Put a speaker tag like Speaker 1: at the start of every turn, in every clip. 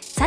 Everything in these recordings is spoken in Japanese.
Speaker 1: さ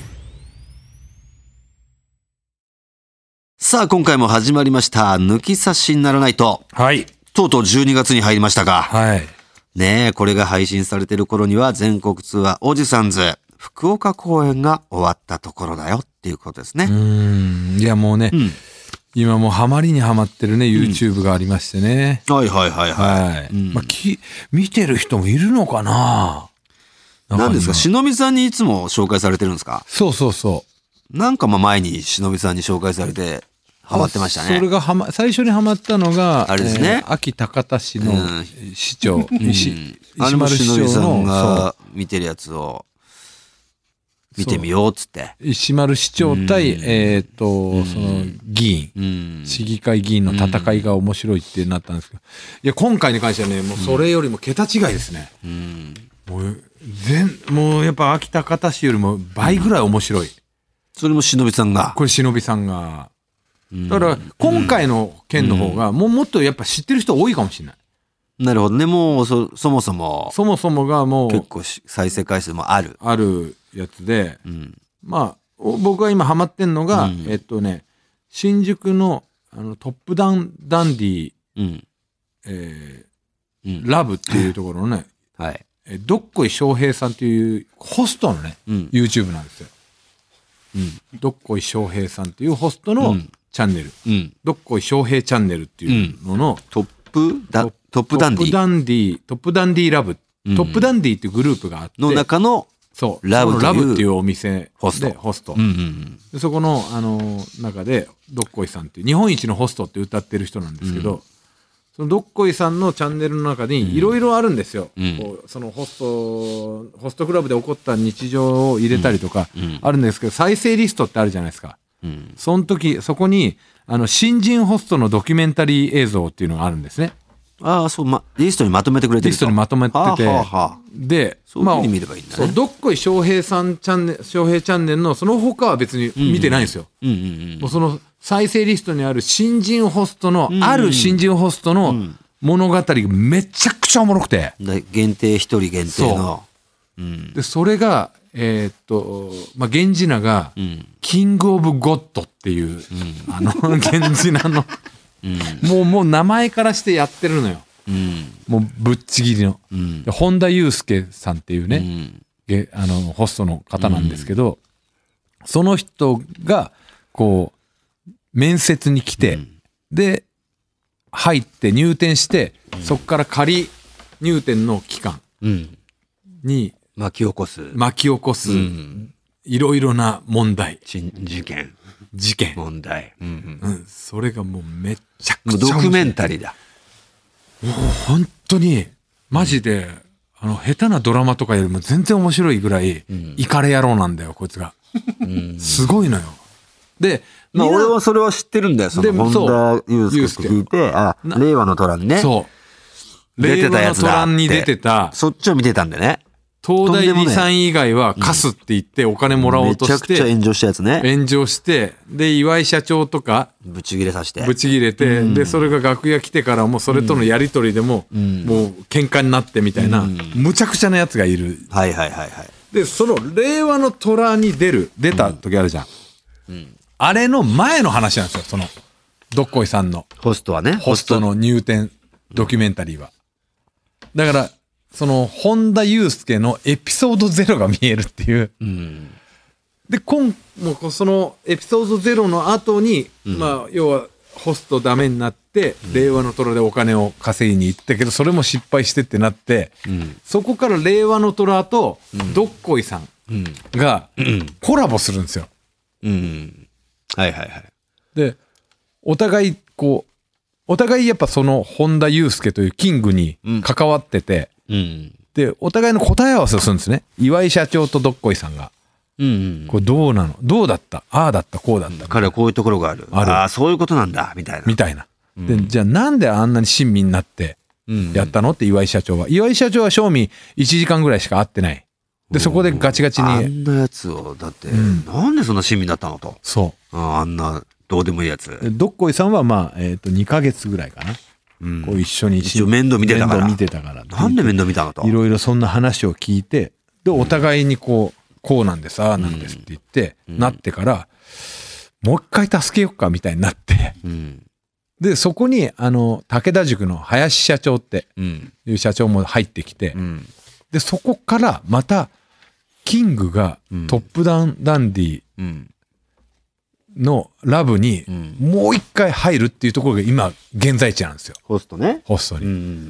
Speaker 2: ン
Speaker 3: さあ、今回も始まりました。抜き差しにならないと。
Speaker 4: はい。
Speaker 3: とうとう12月に入りましたが。
Speaker 4: はい。
Speaker 3: ねえ、これが配信されてる頃には全国ツアーおじさんズ福岡公演が終わったところだよっていうことですね。
Speaker 4: うん。いや、もうね、今もうハマりにハマってるね、YouTube がありましてね。
Speaker 3: はいはいはいは。
Speaker 4: はい。まあ、き、見てる人もいるのかない
Speaker 3: 何ですかしのみさんにいつも紹介されてるんですか
Speaker 4: そうそうそう。
Speaker 3: なんかまあ前にしのみさんに紹介されてハマってました
Speaker 4: それ
Speaker 3: ね。
Speaker 4: がはま、最初にハマったのが、
Speaker 3: あれですね
Speaker 4: えー秋高田市の
Speaker 3: うん
Speaker 4: 市長、石
Speaker 3: あれ
Speaker 4: 石
Speaker 3: も
Speaker 4: 丸市
Speaker 3: しの
Speaker 4: 長
Speaker 3: みさん
Speaker 4: の、
Speaker 3: が見てるやつを見てみようっつって。
Speaker 4: そう石丸市長対、えっと、その、議
Speaker 3: う
Speaker 4: 員、
Speaker 3: ん。
Speaker 4: 市議会議員の戦いが面白いってなったんですけど、いや、今回に関してはね、もうそれよりも桁違いですね。
Speaker 3: うん。
Speaker 4: もう全もうやっぱ秋田方市よりも倍ぐらい面白い、
Speaker 3: それもしのびさんが。
Speaker 4: これ忍びさんが、だから今回の件の方がもうもっとやっぱ知ってる人多いかもしれない、
Speaker 3: なるほどね。もうそ、そもそも
Speaker 4: そもそもがも
Speaker 3: 結
Speaker 4: う
Speaker 3: 構し再生回数もある。
Speaker 4: あるやつで、
Speaker 3: うん。
Speaker 4: まあお僕が今ハマってんのが、えっとね新宿のあのトップダウンダンディ、
Speaker 3: うん。
Speaker 4: え
Speaker 3: うん。
Speaker 4: ーラブっていうところのね
Speaker 3: はい。
Speaker 4: えどっこい翔平さんというホストのね、
Speaker 3: うん
Speaker 4: YouTube なんですよ、
Speaker 3: う
Speaker 4: どっこい翔平さんっていうホストの
Speaker 3: うん
Speaker 4: チャンネル、
Speaker 3: うん。
Speaker 4: どっこい翔平チャンネルっていうのの、
Speaker 3: トップだ、トップダンデ
Speaker 4: トップ
Speaker 3: ィ
Speaker 4: ダンディ、トップダンディラブ、
Speaker 3: ん
Speaker 4: トップダンディっていうグループがあって、
Speaker 3: の中の、
Speaker 4: そう、
Speaker 3: ラブ
Speaker 4: その
Speaker 3: とい
Speaker 4: ラ
Speaker 3: う
Speaker 4: ブっていうお店で、
Speaker 3: ホスト
Speaker 4: ホスト
Speaker 3: うんうん
Speaker 4: でそこの、あのー中で、どっこいさんっていう、日本一のホストって歌ってる人なんですけど、そのどっこいさんのチャンネルの中にいろいろあるんですよ、
Speaker 3: うん
Speaker 4: こうそのホストホストクラブで起こった日常を入れたりとか
Speaker 3: ん
Speaker 4: あるんですけど再生リストってあるじゃないですか、
Speaker 3: うん。うん。
Speaker 4: その時、そこに、あの、新人ホストのドキュメンタリー映像っていうのがあるんですね。
Speaker 3: ああ、そう、ま、リストにまとめてくれてると。
Speaker 4: リストにまとめてて
Speaker 3: はあはあはあ
Speaker 4: で、
Speaker 3: そういうふうに見ればいいんだね
Speaker 4: そうどっこい翔平さんチャンネル、翔平チャンネルの、その他は別に見てないんですよ。
Speaker 3: うんうん
Speaker 4: もうその再生リストにある新人ホストの、ある新人ホストの物語がめちゃくちゃおもろくて。
Speaker 3: うん。で限定一人限定の
Speaker 4: そ。
Speaker 3: うん。
Speaker 4: で、それが、えーっと、まあ、源氏名が、
Speaker 3: うん。
Speaker 4: キングオブゴッドっていう、あの、源氏名の、もう、もう名前からしてやってるのよ。
Speaker 3: うん。
Speaker 4: もうぶっちぎりの。
Speaker 3: うん
Speaker 4: で本田祐介さんっていう
Speaker 3: う
Speaker 4: ね、
Speaker 3: ん。
Speaker 4: げあの、ホストの方なんですけど、その人が、こう、面接に来て、で、入って入店して、そこから仮入店の期間
Speaker 3: うん。
Speaker 4: に
Speaker 3: 巻き起こす。
Speaker 4: 巻き起こす、いろいろな問題、
Speaker 3: 新事件。
Speaker 4: 事件。
Speaker 3: 問題。うん
Speaker 4: うん、それがもうめっちゃ
Speaker 3: うん。も
Speaker 4: く
Speaker 3: う
Speaker 4: ち
Speaker 3: ド
Speaker 4: ゃ
Speaker 3: キュメ
Speaker 4: ン
Speaker 3: ンタリーだ。
Speaker 4: 本当にマジで、あの下手なドラマとかよりも全然面白いぐらいイカレ野郎なんだよこいつが、すごいのよで、
Speaker 3: まあ、
Speaker 4: みんな
Speaker 3: 俺はそれは知ってるんだよ。その、
Speaker 4: でもそう
Speaker 3: 本田祐介って聞いて、あ、令和の虎にね。
Speaker 4: そう
Speaker 3: 出てたやつだ
Speaker 4: 令和の虎に出てた
Speaker 3: そっちを見てたんだよね。
Speaker 4: 東大
Speaker 3: とんでも
Speaker 4: 理
Speaker 3: ねえ
Speaker 4: さん以外は貸すって言ってお金もらおう
Speaker 3: め
Speaker 4: と
Speaker 3: ちゃ
Speaker 4: し
Speaker 3: くちゃ
Speaker 4: て
Speaker 3: 炎上したやつね。
Speaker 4: 炎上してで岩井社長とか
Speaker 3: ぶち切れさせて。
Speaker 4: ぶち切れて、でそれが楽屋来てからもそれとのやり取りでも、もう喧嘩になってみたいな、むちゃくちゃなやつがいる
Speaker 3: はいはいはいはい。
Speaker 4: でその令和の虎に出る出た時あるじゃん、あれの前の話なんですよそのどっこいさんの
Speaker 3: ホストはね。
Speaker 4: ホストの入店ドキュメンタリーはだからその本田祐介のエピソードゼロが見えるっていう、で今もうこうそのエピソードゼロの後に、まあ要はホストダメになって、令和の虎でお金を稼ぎに行ったけど、それも失敗してってなって、そこから令和の虎と、どっこいさんがコラボするんですよ。
Speaker 3: うん。はいはいはい。
Speaker 4: で、お互い、こう、お互いやっぱその本田祐介というキングに関わってて、
Speaker 3: うん。
Speaker 4: で、お互いの答え合わせをするんですね。岩井社長とどっこいさんが。
Speaker 3: うん。
Speaker 4: これどうなのどうだったああだったこうだった
Speaker 3: 彼はこういうところがある。
Speaker 4: ある
Speaker 3: ああ、そういうことなんだ、みたいな。
Speaker 4: みたいな。で、じゃあなんであんなに親身になって
Speaker 3: うん
Speaker 4: やったのって岩井社長は。岩井社長は正味1時間ぐらいしか会ってない。で、そこでガチガチ
Speaker 3: あ
Speaker 4: に。
Speaker 3: んなやつを、だって、なんでそんな親身だったのと。
Speaker 4: そ
Speaker 3: ああんな、どうでもいいやつ。
Speaker 4: う。でどっこいさんはまあ、えっ、と、2ヶ月ぐらいかな。
Speaker 3: うん
Speaker 4: こう一緒に
Speaker 3: 一応面倒見てたから
Speaker 4: 面倒見てたから。
Speaker 3: なんで面倒見たのと。
Speaker 4: いろいろそんな話を聞いて、で、お互いにこう、こうなんです、ああなんですって言って、なってから、もう一回助けようかみたいになって。
Speaker 3: うん。
Speaker 4: で、そこに、あの、武田塾の林社長って
Speaker 3: うん。
Speaker 4: いう社長も入ってきて、
Speaker 3: うん。
Speaker 4: で、そこからまた、キングが
Speaker 3: うん
Speaker 4: トップダウンダンディ
Speaker 3: うん。
Speaker 4: のラブに
Speaker 3: うん、
Speaker 4: もう一回入るっていうところが今、現在地なんですよ、
Speaker 3: ホストね。
Speaker 4: ホスト
Speaker 3: う
Speaker 4: に。
Speaker 3: ん。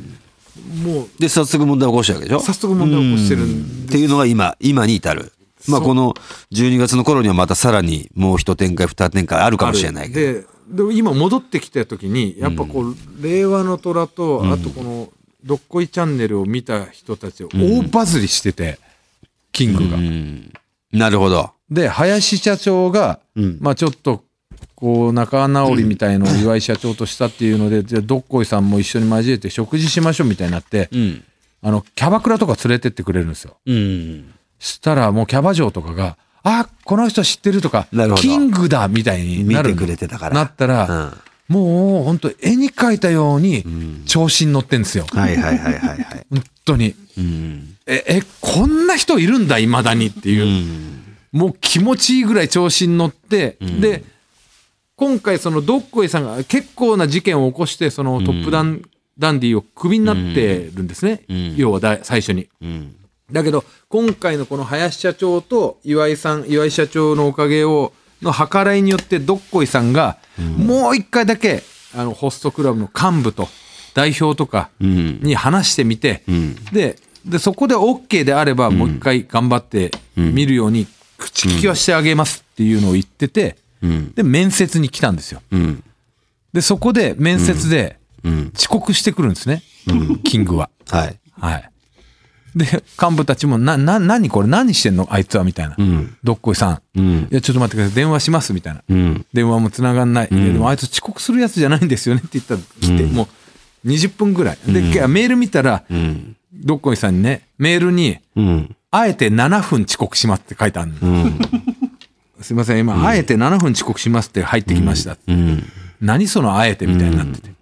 Speaker 4: もう、
Speaker 3: で、早速問題を起こしたわけでしょ
Speaker 4: 早速問題を起こしてるん
Speaker 3: うんっていうのが今、今に至る。まあ、この12月の頃にはまたさらにもう一展開、二展開あるかもしれないけど。
Speaker 4: ででも今戻ってきた時にやっぱこう、令和の虎と、あとこの「どっこいチャンネル」を見た人たちを大バズりしてて、キングが。
Speaker 3: うん。なるほど。
Speaker 4: で林社長が、
Speaker 3: うん
Speaker 4: まあちょっとこう仲直りみたいのを岩井社長としたっていうので、じゃあどっこいさんも一緒に交えて食事しましょうみたいになって、
Speaker 3: うん。
Speaker 4: あのキャバクラとか連れてってくれるんですよ。
Speaker 3: うん。
Speaker 4: したらもうキャバ嬢とかが「あこの人知ってる」とか
Speaker 3: なるほ
Speaker 4: 「
Speaker 3: ど
Speaker 4: キングだ」みたいになる
Speaker 3: 見てくれてたから
Speaker 4: なったら、もう本当絵に描いたように調子に乗ってんですよ、
Speaker 3: はいはいはいはいはい。
Speaker 4: 本当に
Speaker 3: うん。
Speaker 4: ええこんな人いるんだいまだにっていうう、
Speaker 3: ん。
Speaker 4: もう気持ちいいぐらい調子に乗って、で今回そのどっこいさんが結構な事件を起こしてそのトップダン、ダンディをクビになってるんですね、
Speaker 3: うん
Speaker 4: 要はだ最初に。
Speaker 3: うん。
Speaker 4: だけど今回のこの林社長と岩井さん岩井社長のおかげをの計らいによってどっこいさんがもう一回だけあのホストクラブの幹部と代表とか
Speaker 3: うん
Speaker 4: に話してみて、
Speaker 3: ん
Speaker 4: ででそこで OK であればもう一回頑張って見るように口利きはしてあげますっていうのを言ってて、
Speaker 3: うん。
Speaker 4: で面接に来たんですよ
Speaker 3: うん。
Speaker 4: でそこで面接で
Speaker 3: うん。
Speaker 4: 遅刻してくるんですね、キングは。
Speaker 3: はい。
Speaker 4: はい。で、幹部たちも、な、な、何これ何してんのあいつはみたいな。
Speaker 3: ん
Speaker 4: どっこいさん,、
Speaker 3: ん
Speaker 4: いや、ちょっと待ってください。電話しますみたいな。
Speaker 3: うん。
Speaker 4: 電話も繋がんない。いや、でもあいつ遅刻するやつじゃないんですよねって言ったら来て、もう20分ぐらい。で、けメール見たら、
Speaker 3: うん。
Speaker 4: どっこいさんにね、メールに、
Speaker 3: うん。
Speaker 4: あえて7分遅刻しますって書いてあるの、
Speaker 3: ん
Speaker 4: すいません、今、あえて7分遅刻しますって入ってきました。
Speaker 3: うん。
Speaker 4: 何そのあえてみたいになってて。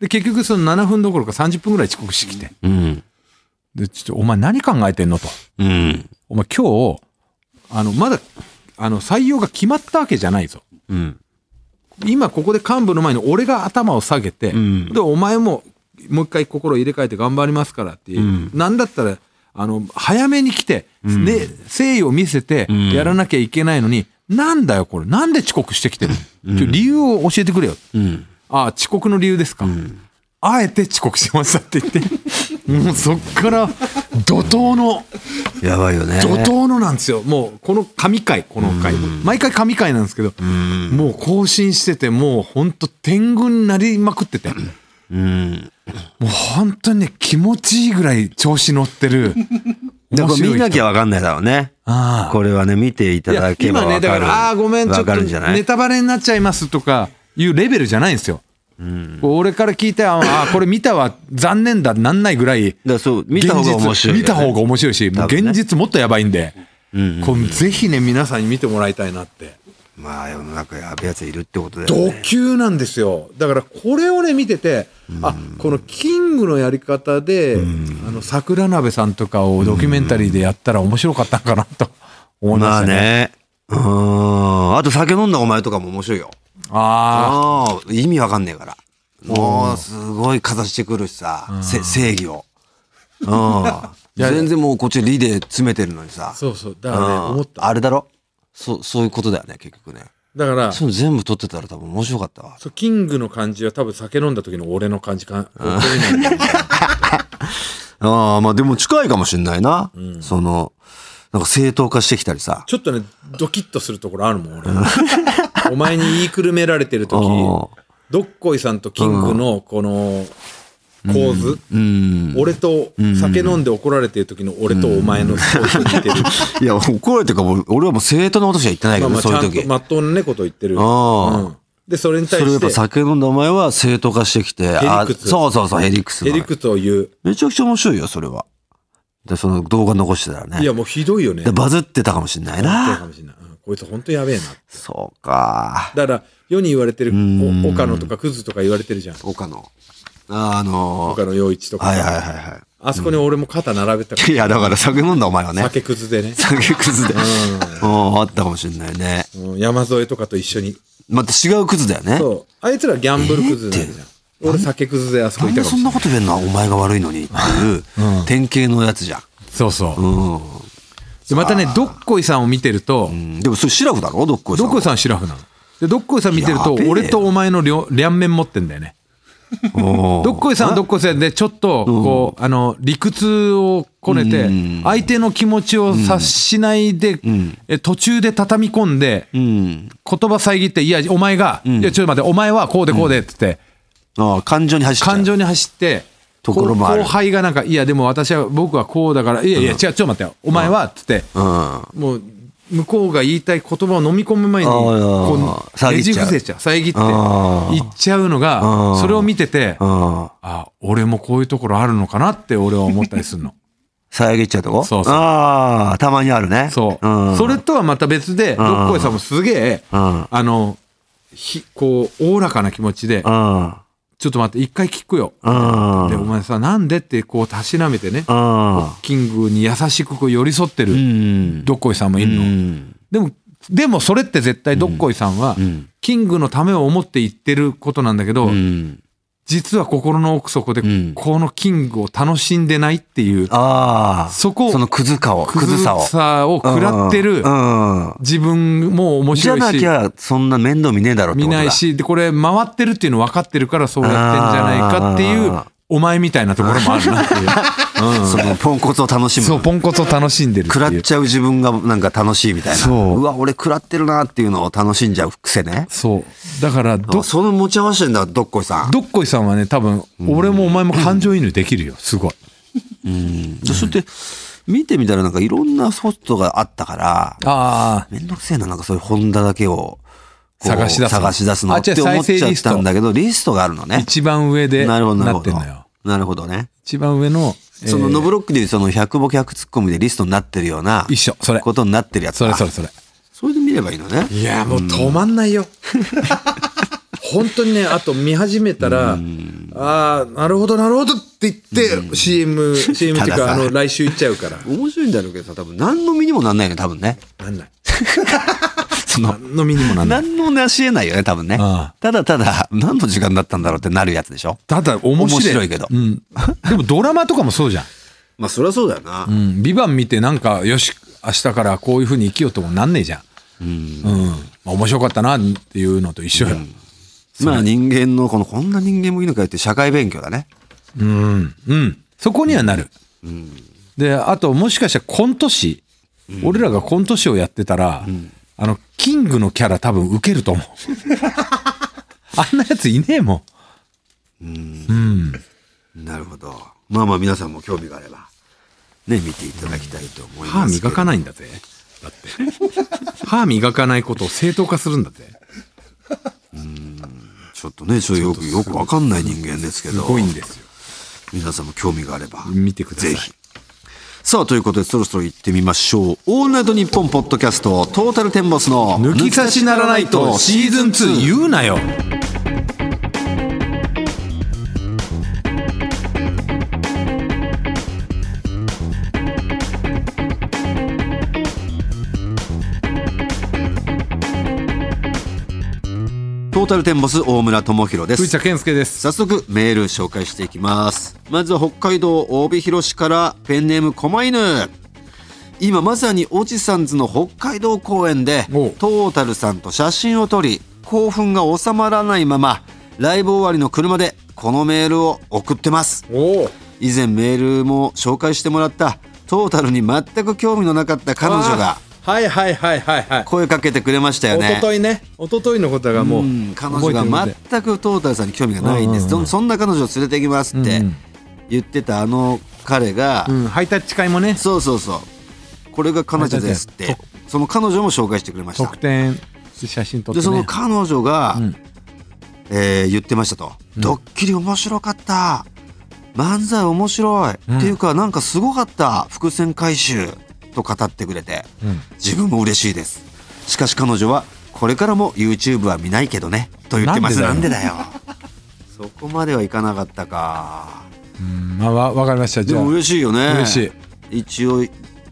Speaker 4: で、結局その7分どころか30分ぐらい遅刻してきて。
Speaker 3: うん。
Speaker 4: で、ちょっとお前何考えてんのと。
Speaker 3: うん。
Speaker 4: お前今日、あの、まだ、あの、採用が決まったわけじゃないぞ。
Speaker 3: うん。
Speaker 4: 今ここで幹部の前に俺が頭を下げて、
Speaker 3: ん
Speaker 4: で、お前も、もう一回心を入れ替えて頑張りますからっていう。なんだったら、あの、早めに来て、ね、誠意を見せて、やらなきゃいけないのに、なんだよこれ、なんで遅刻してきてるの、ちょ理由を教えてくれよ。
Speaker 3: うん。
Speaker 4: ああ、遅刻の理由ですか。あえて遅刻しましたって言って、 もうそっから、怒涛の、
Speaker 3: やばいよね。
Speaker 4: 怒涛のなんですよ。もう、この神回、この回。毎回神回なんですけど、もう更新してて、もう本当天狗になりまくってて、も
Speaker 3: うん。
Speaker 4: う本当にね、気持ちいいぐらい調子乗ってる。
Speaker 3: だから見なき
Speaker 4: ゃ。
Speaker 3: ゃわかんないだろうね。
Speaker 4: ああ
Speaker 3: これはね、見ていた
Speaker 4: いや
Speaker 3: だけば
Speaker 4: 今ね、
Speaker 3: わ
Speaker 4: だ
Speaker 3: か
Speaker 4: か
Speaker 3: る。
Speaker 4: ら、ああー、ごめん、ちょ
Speaker 3: わ
Speaker 4: っと
Speaker 3: かるんじゃない
Speaker 4: ネタバレになっちゃいますとかいうレベルじゃないんですよ。こう俺から聞いて、ああ、これ見たわ、残念だ、なんないぐらい。
Speaker 3: だからそう見た方が面白いよね
Speaker 4: 現実見た方が面白いし、もう
Speaker 3: 多分ね
Speaker 4: 現実もっとやばいんで、
Speaker 3: ん
Speaker 4: こうぜひね、皆さんに見てもらいたいなって。
Speaker 3: まあ、世の中やべえやついるってことだよ
Speaker 4: ド
Speaker 3: ね。
Speaker 4: 級なんですよ。だからこれをね、見てて、あ、このキングのやり方で、あの、桜鍋さんとかをドキュメンタリーでやったら面白かったんかなと思いま
Speaker 3: ま
Speaker 4: し
Speaker 3: あ
Speaker 4: たね。
Speaker 3: ね。うん。あと酒飲んだお前とかも面白いよ。
Speaker 4: あ
Speaker 3: ああ、意味わかんねえから。もう、すごい形してくるしさ、せ正義を。うん。全然もうこっちリで詰めてるのにさ。
Speaker 4: あ。そうそう。だ
Speaker 3: う
Speaker 4: からね、
Speaker 3: ん
Speaker 4: 思った。
Speaker 3: あれだろそう、そういうことだよね、結局ね。
Speaker 4: だから
Speaker 3: そういうの全部撮ってたら多分面白かったわ。
Speaker 4: そうキングの感じは多分酒飲んだ時の俺の感じかこういうのに
Speaker 3: ああ、まあでも近いかもしんないな。その、なんか正当化してきたりさ。
Speaker 4: ちょっとねドキッとするところあるもん俺 お前に言いくるめられてる時
Speaker 3: ああ
Speaker 4: どっこいさんとキングのこの構図、
Speaker 3: うん。
Speaker 4: 俺と酒飲んで怒られてる時の俺とお前の構図に似てる、
Speaker 3: いや、怒られてるかも、俺はもう正当なことしか言ってないけ
Speaker 4: まあ
Speaker 3: どね、
Speaker 4: まあち
Speaker 3: そういう時。
Speaker 4: ゃんとまっとうなねこと言ってる、
Speaker 3: ああ
Speaker 4: うんでそれに対
Speaker 3: それをや
Speaker 4: し
Speaker 3: っぱ
Speaker 4: て
Speaker 3: 酒飲んだお前は正当化してきて、
Speaker 4: ヘリ
Speaker 3: あ
Speaker 4: クツ
Speaker 3: そうそうそう、ヘリクス
Speaker 4: へ
Speaker 3: の。
Speaker 4: りくつを言う
Speaker 3: めちゃくちゃ面白いよ、それは。で、その動画残してたらね。
Speaker 4: いやもうひどいよね
Speaker 3: でバズってたかもしんない
Speaker 4: そう
Speaker 3: な。
Speaker 4: かもしれない、うんこいつ本当やべえな
Speaker 3: そうか。
Speaker 4: だから世に言われてる
Speaker 3: ん
Speaker 4: お岡野とかクズとか言われてるじゃん
Speaker 3: 岡野。あーあのー
Speaker 4: 岡野陽一とか、
Speaker 3: はいはいはいは
Speaker 4: あそこに俺も肩並べたか
Speaker 3: い。いや、だから酒飲んだお前はね。
Speaker 4: ら、酒くずでね、
Speaker 3: 酒くずで。うん、あったかもしれないね。
Speaker 4: うん山添とかと一緒に
Speaker 3: また違うくずだよね。
Speaker 4: そうあいつらギャンブルくずなんじゃん、俺酒くずであそこ
Speaker 3: ないん
Speaker 4: た
Speaker 3: で
Speaker 4: か
Speaker 3: そ
Speaker 4: もし
Speaker 3: ん
Speaker 4: れな
Speaker 3: ないこと言えんのお前が悪いのにっていう、典型のやつじゃん。
Speaker 4: そうそう、
Speaker 3: うん。
Speaker 4: でまたねどっこいさんを見てると、
Speaker 3: うんでもそれシラフだろどっこいさん
Speaker 4: どっ
Speaker 3: は。
Speaker 4: こいさんはシラフなのでどっこいさん見てると
Speaker 3: やべえよ
Speaker 4: 俺とお前の両両面持ってんだよね
Speaker 3: おー
Speaker 4: どっこいさんはどっこいさんでちょっとこう、あの理屈をこねて
Speaker 3: うん
Speaker 4: 相手の気持ちを察しないで、え途中で畳み込んで
Speaker 3: うん。
Speaker 4: 言葉遮って、いや、お前が、いや、ちょっと待って、お前はこうでこうでって言って、
Speaker 3: ああ、感情に走っちゃう
Speaker 4: 感情に走って、
Speaker 3: ところもある
Speaker 4: 後輩がなんか、いや、でも私は、僕はこうだから、いやいや、違う、ちょっと待ってよ、お前はって言って、
Speaker 3: うん。
Speaker 4: もう、向こうが言いたい言葉を飲み込む前に、
Speaker 3: あー
Speaker 4: こう、
Speaker 3: 遮
Speaker 4: ね
Speaker 3: っち
Speaker 4: じ
Speaker 3: ゃう
Speaker 4: 伏せちゃう、遮って、
Speaker 3: あー
Speaker 4: 言っちゃうの
Speaker 3: あ
Speaker 4: が、
Speaker 3: ー
Speaker 4: それを見てて、
Speaker 3: うん。
Speaker 4: あ、俺もこういうところあるのかなって俺は思ったりする の。
Speaker 3: 遮っちゃうとこ
Speaker 4: そうそう
Speaker 3: ああ、たまにあるね。
Speaker 4: そう、
Speaker 3: ん、
Speaker 4: それとはまた別で、どっこいさんもすげえ、
Speaker 3: うん
Speaker 4: あの、ひこう、おおらかな気持ちで
Speaker 3: う、ん。うん。
Speaker 4: ちょっと待って、一回聞くよ。
Speaker 3: うん。
Speaker 4: で、お前さ、なんでってこう、たしなめてね、
Speaker 3: うん。
Speaker 4: キングに優しくこう寄り添って
Speaker 3: う
Speaker 4: る、
Speaker 3: ん。
Speaker 4: どっこいさんもいる
Speaker 3: う
Speaker 4: の。
Speaker 3: ん。
Speaker 4: でも、でもそれって絶対どっこいさんは
Speaker 3: うん、
Speaker 4: キングのためを思って言ってることなんだけど
Speaker 3: う、ん。
Speaker 4: 実は心の奥底で
Speaker 3: ん、
Speaker 4: このキングを楽しんでないっていう、
Speaker 3: ああ。
Speaker 4: そこ
Speaker 3: そのクズ顔、
Speaker 4: ク
Speaker 3: クズ
Speaker 4: ズ
Speaker 3: さを。
Speaker 4: さを食らってる
Speaker 3: うん。うん
Speaker 4: 自分も面
Speaker 3: じゃ
Speaker 4: 白
Speaker 3: な
Speaker 4: いし
Speaker 3: き、ゃ、そんな面倒見ねえだろって
Speaker 4: 見
Speaker 3: ことだ
Speaker 4: ない。し、で、これ回ってるっていうの分かってるからそうやってんじゃないかっていう
Speaker 3: あー、
Speaker 4: お前みたいなところもあるなっていう。
Speaker 3: そのポンコツを楽しむ。
Speaker 4: そう、ポンコツを楽しんでるって
Speaker 3: 食ら
Speaker 4: い
Speaker 3: っ
Speaker 4: う。
Speaker 3: ちゃう自分がなんか楽しいみたいな。
Speaker 4: そう
Speaker 3: わ、俺食らってるなっていうのを楽しんじゃう癖ね。
Speaker 4: そう。だから、ど
Speaker 3: あ、その持ち合わせてんだ、どっこいさん。
Speaker 4: どっこいさんはね、多分、俺もお前も感情移入できるよ。すごい。
Speaker 3: でそれって、見てみたらなんかいろんなソフトがあったから、
Speaker 4: ああ。
Speaker 3: めんどくせえな、なんかそういう本田だけをこう
Speaker 4: 探し出すの
Speaker 3: 探し出すの
Speaker 4: あ
Speaker 3: っ
Speaker 4: じゃあ
Speaker 3: て思っち
Speaker 4: 再生
Speaker 3: ゃっ
Speaker 4: リスト
Speaker 3: たんだけど、リストがあるのね。
Speaker 4: 一番上で、
Speaker 3: なるほど、なる
Speaker 4: な
Speaker 3: ほ
Speaker 4: ってん
Speaker 3: ど
Speaker 4: のよ。。
Speaker 3: なるほどね。
Speaker 4: 一番上の、えー
Speaker 3: その、ノブロックでいうその100ボ100ツッコミでリストになってるような
Speaker 4: 一緒、それ。
Speaker 3: ことになってるやつ
Speaker 4: それ
Speaker 3: か
Speaker 4: それそれ。
Speaker 3: それで見ればいいのね。
Speaker 4: いや、もう止まんないよ。本当にね、あと見始めたら、ああ、なるほど、なるほどって言って、CM、CM っていう
Speaker 3: ただ
Speaker 4: か、
Speaker 3: さ
Speaker 4: あの、来週行っちゃうから。
Speaker 3: 面白いんだろうけどさ、多分何の身にもなんないよね、多分ね。
Speaker 4: なんない。
Speaker 3: その、
Speaker 4: 何の身にもなんない。
Speaker 3: 何のなし得ないよね、多分ね
Speaker 4: ああ。
Speaker 3: ただただ、何の時間だったんだろうってなるやつでしょ。
Speaker 4: ただ、面白い。
Speaker 3: 面白いけど
Speaker 4: うん。でもドラマとかもそうじゃん。
Speaker 3: まあ、そりゃそうだよな。
Speaker 4: うん、ビバン見てなんか、よし、明日からこういうふうに生きようともなんねえじゃん。うん。まあ、面白かったなっていうのと一緒よ。
Speaker 3: まあ、人間の、この、こんな人間もいいのかよって社会勉強だね。
Speaker 4: うん。うん。そこにはなる。で、あと、もしかしたらコント師、俺らがコント師をやってたら、あの、キングのキャラ多分受けると 思う。あんなやついねえもん。
Speaker 3: なるほど。まあまあ、皆さんも興味があれば、ね、見ていただきたいと思い
Speaker 4: 歯
Speaker 3: ますけど。
Speaker 4: 磨かないんだぜ。だって。歯磨かないことを正当化するんだぜ。
Speaker 3: ちょっとね、ちょっとよく、よくわかんない人間ですけ
Speaker 4: す
Speaker 3: ど、
Speaker 4: ごいんですよ。
Speaker 3: 皆さんも興味があれば。
Speaker 4: 見てください。
Speaker 3: ぜひ。さあ、ということで、そろそろ行ってみましょう。オールナイトニッポンポッドキャスト、トータルテンボスの、
Speaker 4: 抜き差しならないとシーズン2言うなよ
Speaker 3: トータルテンボス大村智弘で
Speaker 4: 藤
Speaker 3: す
Speaker 4: 田。健介です
Speaker 3: 早速メール紹介していきますまずは北海道帯広市からペンネーム狛犬今まさにオチさんズの北海道公演で
Speaker 4: おう
Speaker 3: トータルさんと写真を撮り興奮が収まらないままライブ終わりの車でこのメールを送ってます
Speaker 4: おお
Speaker 3: 以前メールも紹介してもらったトータルに全く興味のなかった彼女が
Speaker 5: はいはいはいはいはい
Speaker 3: 声かけてくれましたよ
Speaker 5: 一
Speaker 3: ね
Speaker 5: 昨日ね一昨日のことがもう
Speaker 3: うん彼女が全くトータルさんに興味がないんです、そそんな彼女を連れて行きますって言ってたあの彼が、
Speaker 4: うん、ハイタッチ会もね
Speaker 3: そうそうそうこれが彼女ですってその彼女も紹介してくれました
Speaker 4: 特典写真撮って、
Speaker 3: でそ
Speaker 4: ね、
Speaker 3: の彼女が、
Speaker 4: うん
Speaker 3: えー言ってましたと、ドッキリ面白かった漫才面白い、
Speaker 4: ん
Speaker 3: っていうかなんかすごかった伏線回収と語ってくれて、
Speaker 4: ん
Speaker 3: 自分も嬉しいですしかし彼女はこれからも YouTube は見ないけどねと言ってますな
Speaker 4: なんん
Speaker 3: で
Speaker 4: で
Speaker 3: だよそこまではいかなかったか
Speaker 4: うんまあわわかりました
Speaker 3: で
Speaker 4: じゃあ
Speaker 3: も嬉しいよね
Speaker 4: 嬉し
Speaker 3: い一応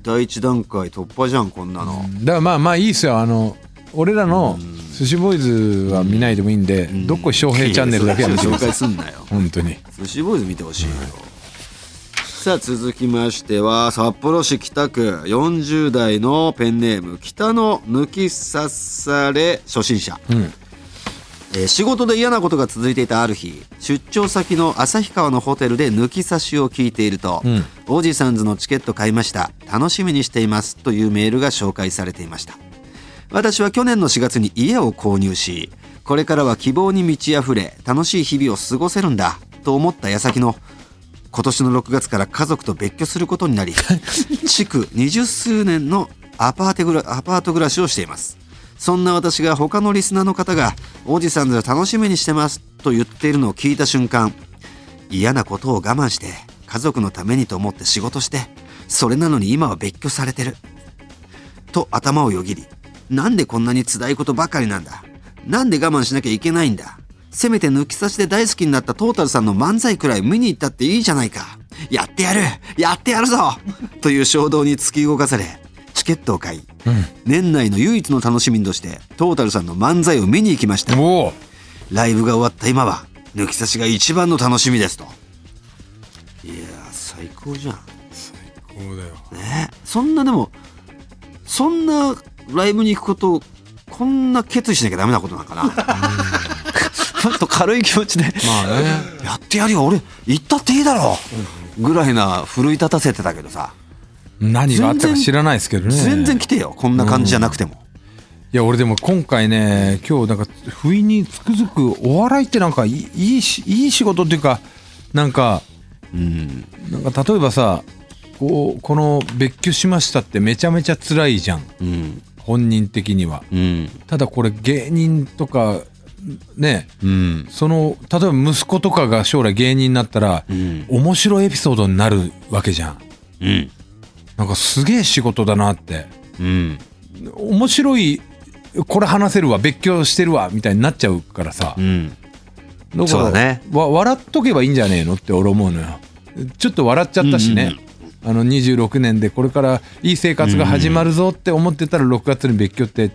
Speaker 3: 第一段階突破じゃんこんなの、
Speaker 4: だからまあまあいいですよあの俺らの寿司ボーイズは見ないでもいいんで、どっこい翔平チャンネルだけは見て
Speaker 3: 紹
Speaker 4: く
Speaker 3: 介
Speaker 4: ださい
Speaker 3: すんなよ
Speaker 4: 本当に
Speaker 3: 寿司ボーイズ見てほしいよ、さあ続きましては札幌市北区40代のペンネーム北の抜き刺され初心者、
Speaker 4: ん
Speaker 3: えー仕事で嫌なことが続いていたある日出張先の旭川のホテルで抜き差しを聞いていると
Speaker 4: ん
Speaker 3: 「王子さんズのチケット買いました楽しみにしています」というメールが紹介されていました私は去年の4月に家を購入しこれからは希望に満ち溢れ楽しい日々を過ごせるんだと思った矢先の今年の6月から家族と別居することになり築二十数年のアパートぐらアパート暮らしをしていますそんな私が他のリスナーの方が「王子さんズは楽しみにしてます」と言っているのを聞いた瞬間嫌なことを我慢して家族のためにと思って仕事してそれなのに今は別居されてると頭をよぎりなんでこんなに辛いことばかりなんだなんで我慢しなきゃいけないんだせめて抜き差しで大好きになったトータルさんの漫才くらい見に行ったっていいじゃないかやってやるやってやるぞという衝動に突き動かされチケットを買い、年内の唯一の楽しみとしてトータルさんの漫才を見に行きました
Speaker 4: おお
Speaker 3: ライブが終わった今は抜き差しが一番の楽しみですといやー最高じゃん
Speaker 5: そうだよ
Speaker 3: ねそんなでもそんなライブに行くことこんな決意しなきゃダメなことなんかな ちょっと軽い気持ちで、
Speaker 4: まあね
Speaker 3: やってやるよ俺行ったっていいだろうぐらいな奮い立たせてたけどさ
Speaker 4: 何があったか知らないですけどね
Speaker 3: 全然来てよこんな感じじゃなくても、
Speaker 4: いや俺でも今回ね今日なんか不意につくづくお笑いってなんかいいいいしいい仕事っていうかなんかなんか例えばさこうこの別居しましたってめちゃめちゃ辛いじゃん
Speaker 3: うん
Speaker 4: 本人的には
Speaker 3: うん
Speaker 4: ただこれ芸人とかね
Speaker 3: うん
Speaker 4: その例えば息子とかが将来芸人になったら、
Speaker 3: ん
Speaker 4: 面白いエピソードになるわけじゃん
Speaker 3: うん
Speaker 4: なんかすげえ仕事だなって
Speaker 3: うん
Speaker 4: 面白いこれ話せるわ別居してるわみたいになっちゃうからさ、
Speaker 3: うん
Speaker 4: だから
Speaker 3: そうだね
Speaker 4: わ笑っとけばいいんじゃねえのって俺思うのよちょっと笑っちゃったしね、あの26年でこれからいい生活が始まるぞって思ってたら6月に別居って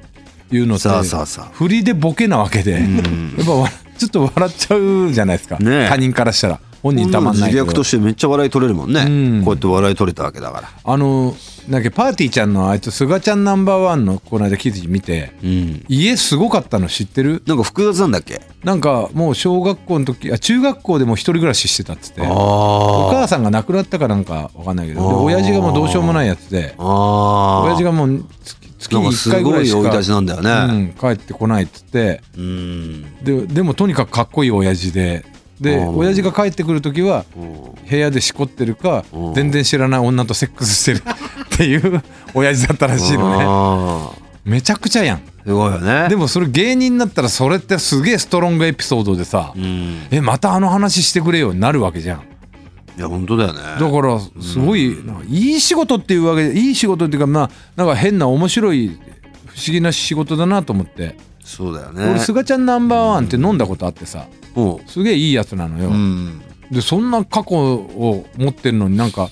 Speaker 4: いうのって
Speaker 3: そうそうそう
Speaker 4: 振りでボケなわけで、やっぱわちょっと笑っちゃうじゃないですか、
Speaker 3: ねえ
Speaker 4: 他人からしたら本人たまんない
Speaker 3: 自
Speaker 4: けど
Speaker 3: 虐としてめっちゃ笑い取れるもんね、
Speaker 4: うん
Speaker 3: こうやって笑い取れたわけだから
Speaker 4: あのなんかパーティーちゃんのあいつすがちゃんナンバーワンのこの間記事見て、
Speaker 3: うん
Speaker 4: 家すごかったの知ってる
Speaker 3: なんか複雑なんだっけ
Speaker 4: なんかもう小学校の時あ中学校でもう一人暮らししてたっつってお
Speaker 3: あ
Speaker 4: 母さんが亡くなったかなんかわかんないけどで
Speaker 3: あー
Speaker 4: 親父がもうどうしようもないやつで
Speaker 3: あ
Speaker 4: 親父がもう月月
Speaker 3: なん
Speaker 4: に
Speaker 3: か
Speaker 4: 1
Speaker 3: す
Speaker 4: 回ぐ
Speaker 3: ご
Speaker 4: らい
Speaker 3: い
Speaker 4: し
Speaker 3: 生
Speaker 4: か
Speaker 3: い立ちなんだよね。
Speaker 4: うん、帰ってこないっつって
Speaker 3: うん。
Speaker 4: ででもとにかくかっこいい親父でで
Speaker 3: あー
Speaker 4: 親父が帰ってくる時は部屋でしこってるか
Speaker 3: うん
Speaker 4: 全然知らない女とセックスしてる っていう親父だったらしいのね
Speaker 3: あ
Speaker 4: めちゃくちゃやん
Speaker 3: ーすごいよね。
Speaker 4: で
Speaker 3: も、
Speaker 4: もそれ芸人になったらそれってすげえストロングエピソードでさ
Speaker 3: うん。
Speaker 4: えまたあの話してくれよになるわけじゃん
Speaker 3: いや、本当だよね。
Speaker 4: だからすごい、なんかいい仕事っていうわけでいい仕事っていうかまあなんか変な面白い不思議な仕事だなと思って、
Speaker 3: そうだよね。
Speaker 4: 俺すがちゃんナンバーワンって飲んだことあってさ
Speaker 3: おう
Speaker 4: すげえいいやつなのよ、
Speaker 3: うん。
Speaker 4: でそんな過去を持ってるのになんか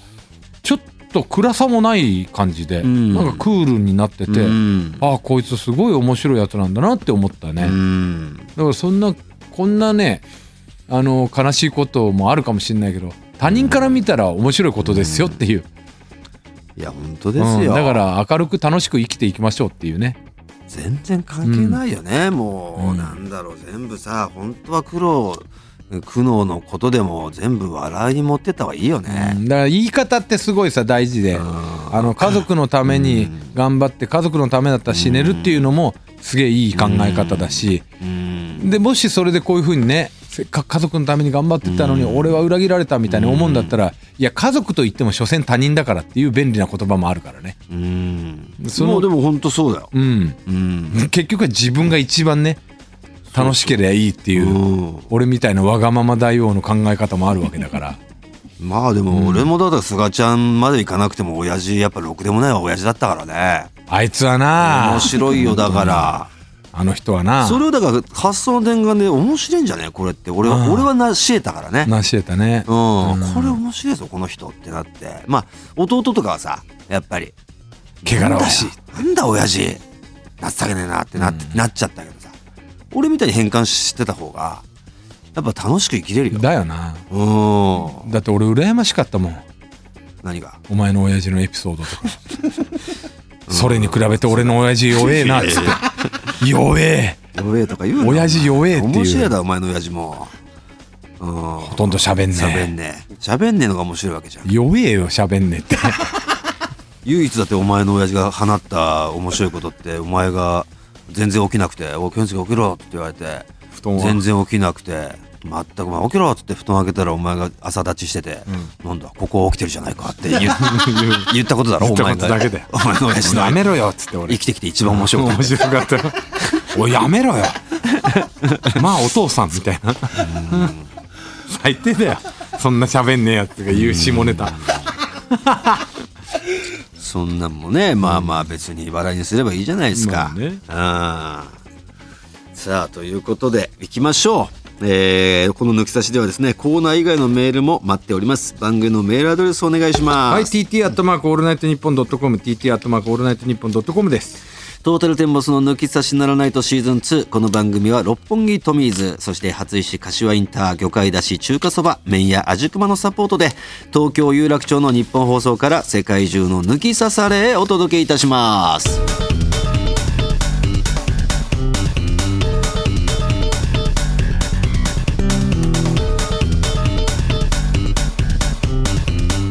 Speaker 4: ちょっと暗さもない感じで、
Speaker 3: ん
Speaker 4: なんかクールになってて、
Speaker 3: うん。
Speaker 4: ああこいつすごい面白いやつなんだなって思ったね、
Speaker 3: うん。
Speaker 4: だからそんなこんなねあの悲しいこともあるかもしれないけど他人から見たら面白いことですよっていう、
Speaker 3: いいや本当ですよ、
Speaker 4: うんだから明るく楽しく生きていきましょうっていうね
Speaker 3: 全然関係ないよね、もう、なんだろう全部さ本当は苦労苦悩のことでも全部笑いに持ってった方がいいよね、
Speaker 4: うんだから言い方ってすごいさ大事で、あの家族のために頑張って家族のためだったら死ねるっていうのもすげえいい考え方だし、
Speaker 3: うん
Speaker 4: でもしそれでこういうふうにねせっかく家族のために頑張ってたのに俺は裏切られたみたいに思うんだったら、いや家族と言っても所詮他人だからっていう便利な言葉もあるからね、
Speaker 3: うん
Speaker 4: その
Speaker 3: もうでも本当そうだよ、
Speaker 4: うん、
Speaker 3: うん
Speaker 4: 結局は自分が一番ね楽しければいいっていう
Speaker 3: うん
Speaker 4: 俺みたいなわがまま大王の考え方もあるわけだから
Speaker 3: まあでも俺もだから菅ちゃんまでいかなくても親父やっぱろくでもない親父だったからね
Speaker 4: あいつはな
Speaker 3: 面白いよだから
Speaker 4: あの人はな
Speaker 3: それをだから発想の転換で面白いんじゃねこれって俺
Speaker 4: う
Speaker 3: は
Speaker 4: ん
Speaker 3: 俺はなし得たからね
Speaker 4: なし得たね
Speaker 3: うん、これ面白いぞこの人ってなってまあ弟とかはさやっぱり
Speaker 4: 汚らわしい
Speaker 3: なんだ親父情けねえなってなって、なっちゃったけどさ俺みたいに変換してた方がやっぱ楽しく生きれるよ
Speaker 4: だよな
Speaker 3: うん
Speaker 4: だって俺羨ましかったもん
Speaker 3: 何が
Speaker 4: お前の親父のエピソードとかそれに比べて俺の親父弱え なっつって弱え
Speaker 3: やべえとか言うな
Speaker 4: 親父弱えっていう
Speaker 3: 面白いだお前の親父もうん
Speaker 4: ほとんど喋ん
Speaker 3: 喋
Speaker 4: ね
Speaker 3: んねえ喋んねえのが面白いわけじゃん
Speaker 4: え弱えよ喋んねえって
Speaker 3: 唯一だってお前の親父が放った面白いことってお前が全然起きなくて「おい健介起きろ」って言われて
Speaker 4: 布団は
Speaker 3: 全然起きなくて「全くお前起きろ」っつって布団開けたらお前が朝立ちしてて「なんだここ起きてるじゃないか」って 言う言ったことだろお前が
Speaker 4: 言ったことだけだよ
Speaker 3: お 前の親父の
Speaker 4: やめろよっつって俺
Speaker 3: 生きてきて一番面白いこと
Speaker 4: 面白かったよおいやめろよまあお父さんみたいな最低だよそんな喋んねえやつが言う下ネタ
Speaker 3: そんなんもねまあまあ別に笑いにすればいいじゃないですか。うんさあということでいきましょう、えーこの抜き差しではですねコーナー以外のメールも待っております番組のメールアドレスお願いします、
Speaker 5: はい、TT アットマークオールナイトニッポンドットコム、TT アットマークオールナイトニッポンドットコムです。
Speaker 3: トータルテンボスの抜き差しならないとシーズン2この番組は六本木トミーズそして初石柏インター魚介だし中華そば麺屋あじくまのサポートで東京有楽町の日本放送から世界中の抜き差されへお届けいたします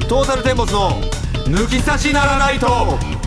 Speaker 3: トータルテンボスの抜き差しならないと